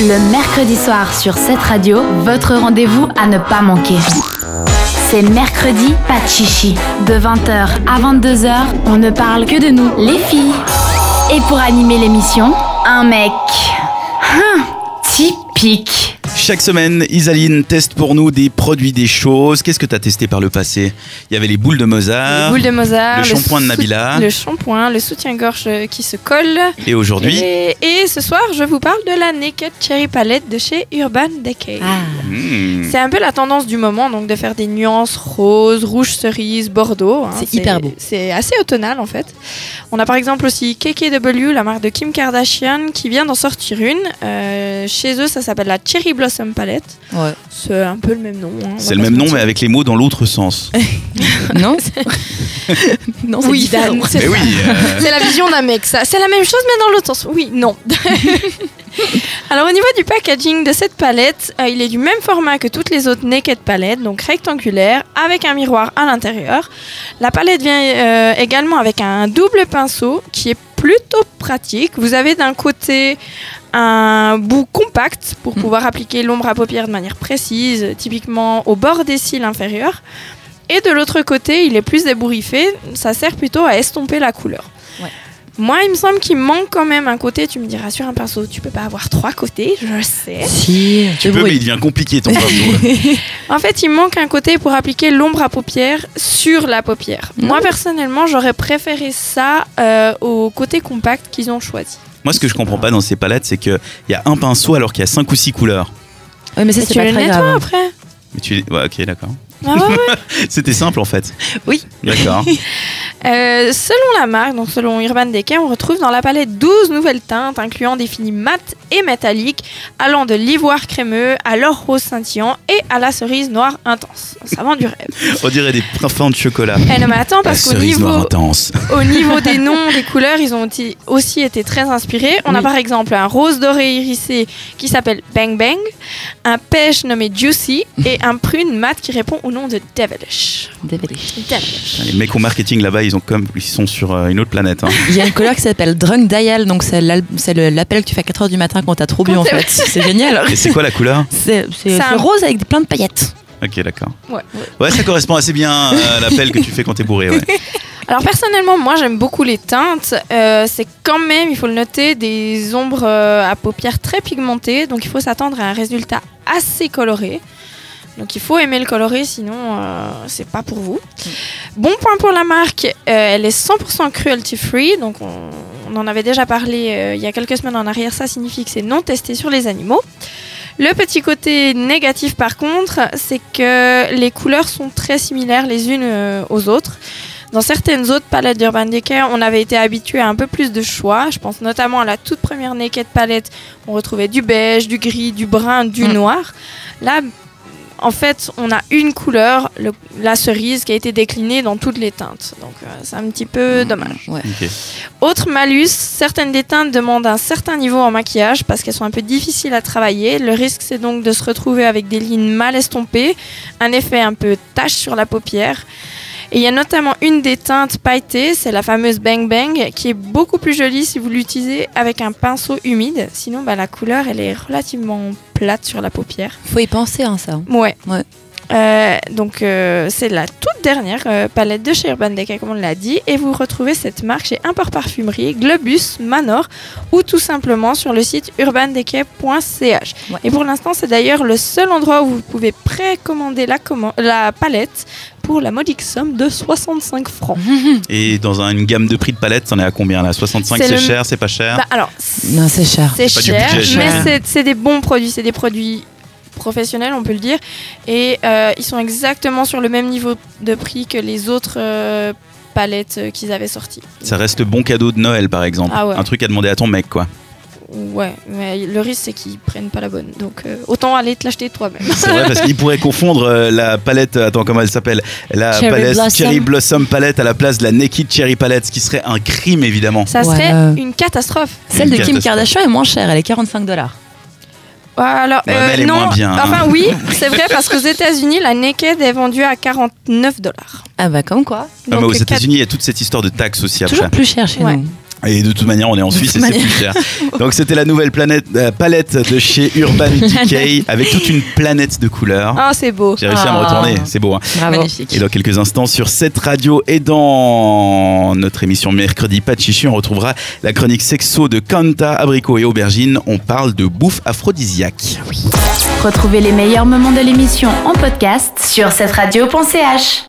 Le mercredi soir sur cette radio, votre rendez-vous à ne pas manquer. C'est mercredi, pas de chichi. De 20h à 22h, on ne parle que de nous, les filles. Et pour animer l'émission, un mec. Hum, typique. Chaque semaine, Isaline teste pour nous des produits, des choses. Qu'est-ce que t'as testé par le passé Il y avait les boules de Mozart. Les boules de Mozart, Ah, le shampoing de sou- Nabila. le shampoing, le soutien-gorge qui se colle. Et aujourd'hui, Et, et ce soir, je vous parle de la Naked Cherry Palette de chez Urban Decay. Ah. hmm, C'est un peu la tendance du moment, donc de faire des nuances rose, rouge cerise, bordeaux. hein. C'est hyper beau. C'est assez automnal en fait. On a par exemple aussi KKW, la marque de Kim Kardashian, qui vient d'en sortir une. Euh, chez eux, ça s'appelle la Cherry Blossom Palette. Ouais. C'est un peu le même nom. hein, on c'est va le pas même se nom, mentir. mais avec les mots dans l'autre sens. Non Non, c'est Oui, différent. Dan, c'est Mais oui, euh, C'est la vision d'un mec, ça. C'est la même chose, mais dans l'autre sens. Oui, non. Alors, au niveau du packaging de cette palette, euh, il est du même format que toutes les autres Naked palettes, donc rectangulaire, avec un miroir à l'intérieur. La palette vient euh, également avec un double pinceau qui est plutôt pratique. Vous avez d'un côté un bout compact pour Hmm. pouvoir appliquer l'ombre à paupières de manière précise, typiquement au bord des cils inférieurs. Et de l'autre côté, il est plus débourriffé, ça sert plutôt à estomper la couleur. Ouais. Moi, il me semble qu'il manque quand même un côté. Tu me diras, sur un pinceau, tu peux pas avoir trois côtés, je sais. Si, tu peux, mais il devient compliqué ton pinceau. En fait, il manque un côté pour appliquer l'ombre à paupières sur la paupière. Hmm. Moi, personnellement, j'aurais préféré ça euh, au côté compact qu'ils ont choisi. Moi, ce que je comprends pas dans ces palettes, c'est qu'il y a un pinceau alors qu'il y a 5 ou 6 couleurs. Ouais, mais ça, Et c'est tu pas le très nettoies grave. après Mais tu... ouais, ok, d'accord. Ah ouais, ouais. C'était simple en fait. Oui. D'accord. Euh, Selon la marque, donc selon Urban Decay, on retrouve dans la palette 12 nouvelles teintes, incluant des finis mat et métalliques, allant de l'ivoire crémeux à l'or rose scintillant et à la cerise noire intense. Ça vend du rêve. On dirait des parfums de chocolat. Eh non mais attends, parce La qu'au cerise noire niveau, intense. Au niveau des noms, des couleurs, ils ont été- aussi été très inspirés. On a Oui. par exemple un rose doré irisé qui s'appelle Bang Bang, un pêche nommé Juicy et un prune mat qui répond au nom de Devilish. Devilish. Les mecs au marketing là-bas, ils, ont comme... ils sont sur euh, une autre planète. hein. Il y a une couleur qui s'appelle Drunk Dial, donc c'est l'al- c'est le- l'appel que tu fais à 4h du matin quand t'as trop bu Quand en t'es- fait. C'est génial. Et c'est quoi la couleur C'est c'est- C'est un- c'est rose avec plein de paillettes. Ok, d'accord. Ouais. Ouais, ça correspond assez bien à l'appel que tu fais quand t'es bourré. Ouais. Alors personnellement, moi j'aime beaucoup les teintes. Euh, c'est quand même, il faut le noter, des ombres euh, à paupières très pigmentées, donc il faut s'attendre à un résultat assez coloré. Donc il faut aimer le coloré, sinon euh, c'est pas pour vous. Bon point pour la marque, euh, elle est 100% cruelty free, donc on, on en avait déjà parlé euh, il y a quelques semaines en arrière, ça signifie que c'est non testé sur les animaux. Le petit côté négatif par contre, c'est que les couleurs sont très similaires les unes euh, aux autres. Dans certaines autres palettes d'Urban Decay, on avait été habitué à un peu plus de choix. Je pense notamment à la toute première Naked palette. On retrouvait du beige, du gris, du brun, du Mm. noir. Là, en fait, on a une couleur, le- la cerise, qui a été déclinée dans toutes les teintes. Donc, euh, c'est un petit peu dommage. Ok. Autre malus, certaines des teintes demandent un certain niveau en maquillage parce qu'elles sont un peu difficiles à travailler. Le risque, c'est donc de se retrouver avec des lignes mal estompées, un effet un peu tache sur la paupière. Et il y a notamment une des teintes pailletées, c'est la fameuse Bang Bang, qui est beaucoup plus jolie si vous l'utilisez avec un pinceau humide. Sinon, bah, la couleur, elle est relativement plate sur la paupière. Faut y penser, hein, ça. Ouais. Ouais. Euh, donc euh, c'est la toute dernière euh, palette de chez Urban Decay comme on l'a dit et vous retrouvez cette marque chez Import Parfumerie, Globus, Manor ou tout simplement sur le site urbandecay.ch. Ouais. Et pour l'instant c'est d'ailleurs le seul endroit où vous pouvez précommander la, comman- la palette pour la modique somme de 65 francs. Mhm. Et dans un- une gamme de prix de palette, t'en es à combien là 65, C'est c'est le- cher, c'est pas cher Bah, alors Non, c'est cher. c'est pas du cher, budget mais cher. c'est- c'est des bons produits, c'est des produits professionnels, on peut le dire, et euh, ils sont exactement sur le même niveau de prix que les autres euh, palettes euh, qu'ils avaient sorties. Ça reste bon cadeau de Noël par exemple. Ah ouais. Un truc à demander à ton mec quoi. Ouais, mais le risque c'est qu'ils prennent pas la bonne, donc euh, autant aller te l'acheter toi-même. C'est vrai parce qu'il pourrait confondre euh, la palette, attends comment elle s'appelle La Cherry palette Blossom. Cherry Blossom palette à la place de la Naked Cherry palette, ce qui serait un crime évidemment. Ça serait Voilà. une catastrophe. Celle de Kim Catastrophe. Kardashian est moins chère, elle est 45 dollars. Alors, Ouais, euh, Bah, mais elle est non, moins bien, hein. enfin oui, c'est vrai parce qu'aux États-Unis, la Naked est vendue à 49 dollars. Ah bah comme quoi. Ah, mais aux États-Unis, il y a toute cette histoire de taxes aussi après. Toujours plus cher chez Ouais. nous. Et de toute manière, on est en Suisse et toute c'est plus cher. Donc c'était la nouvelle planète, euh, palette de chez Urban Decay avec toute une planète de couleurs. Ah, c'est beau. hein. J'ai réussi à me Ah. retourner, c'est beau. hein. Bravo. Et dans quelques instants, sur cette radio et dans notre émission mercredi Pas de chichi, on retrouvera la chronique sexo de Kanta, abricot et aubergine. On parle de bouffe aphrodisiaque. Retrouvez les meilleurs moments de l'émission en podcast sur cette radio.ch.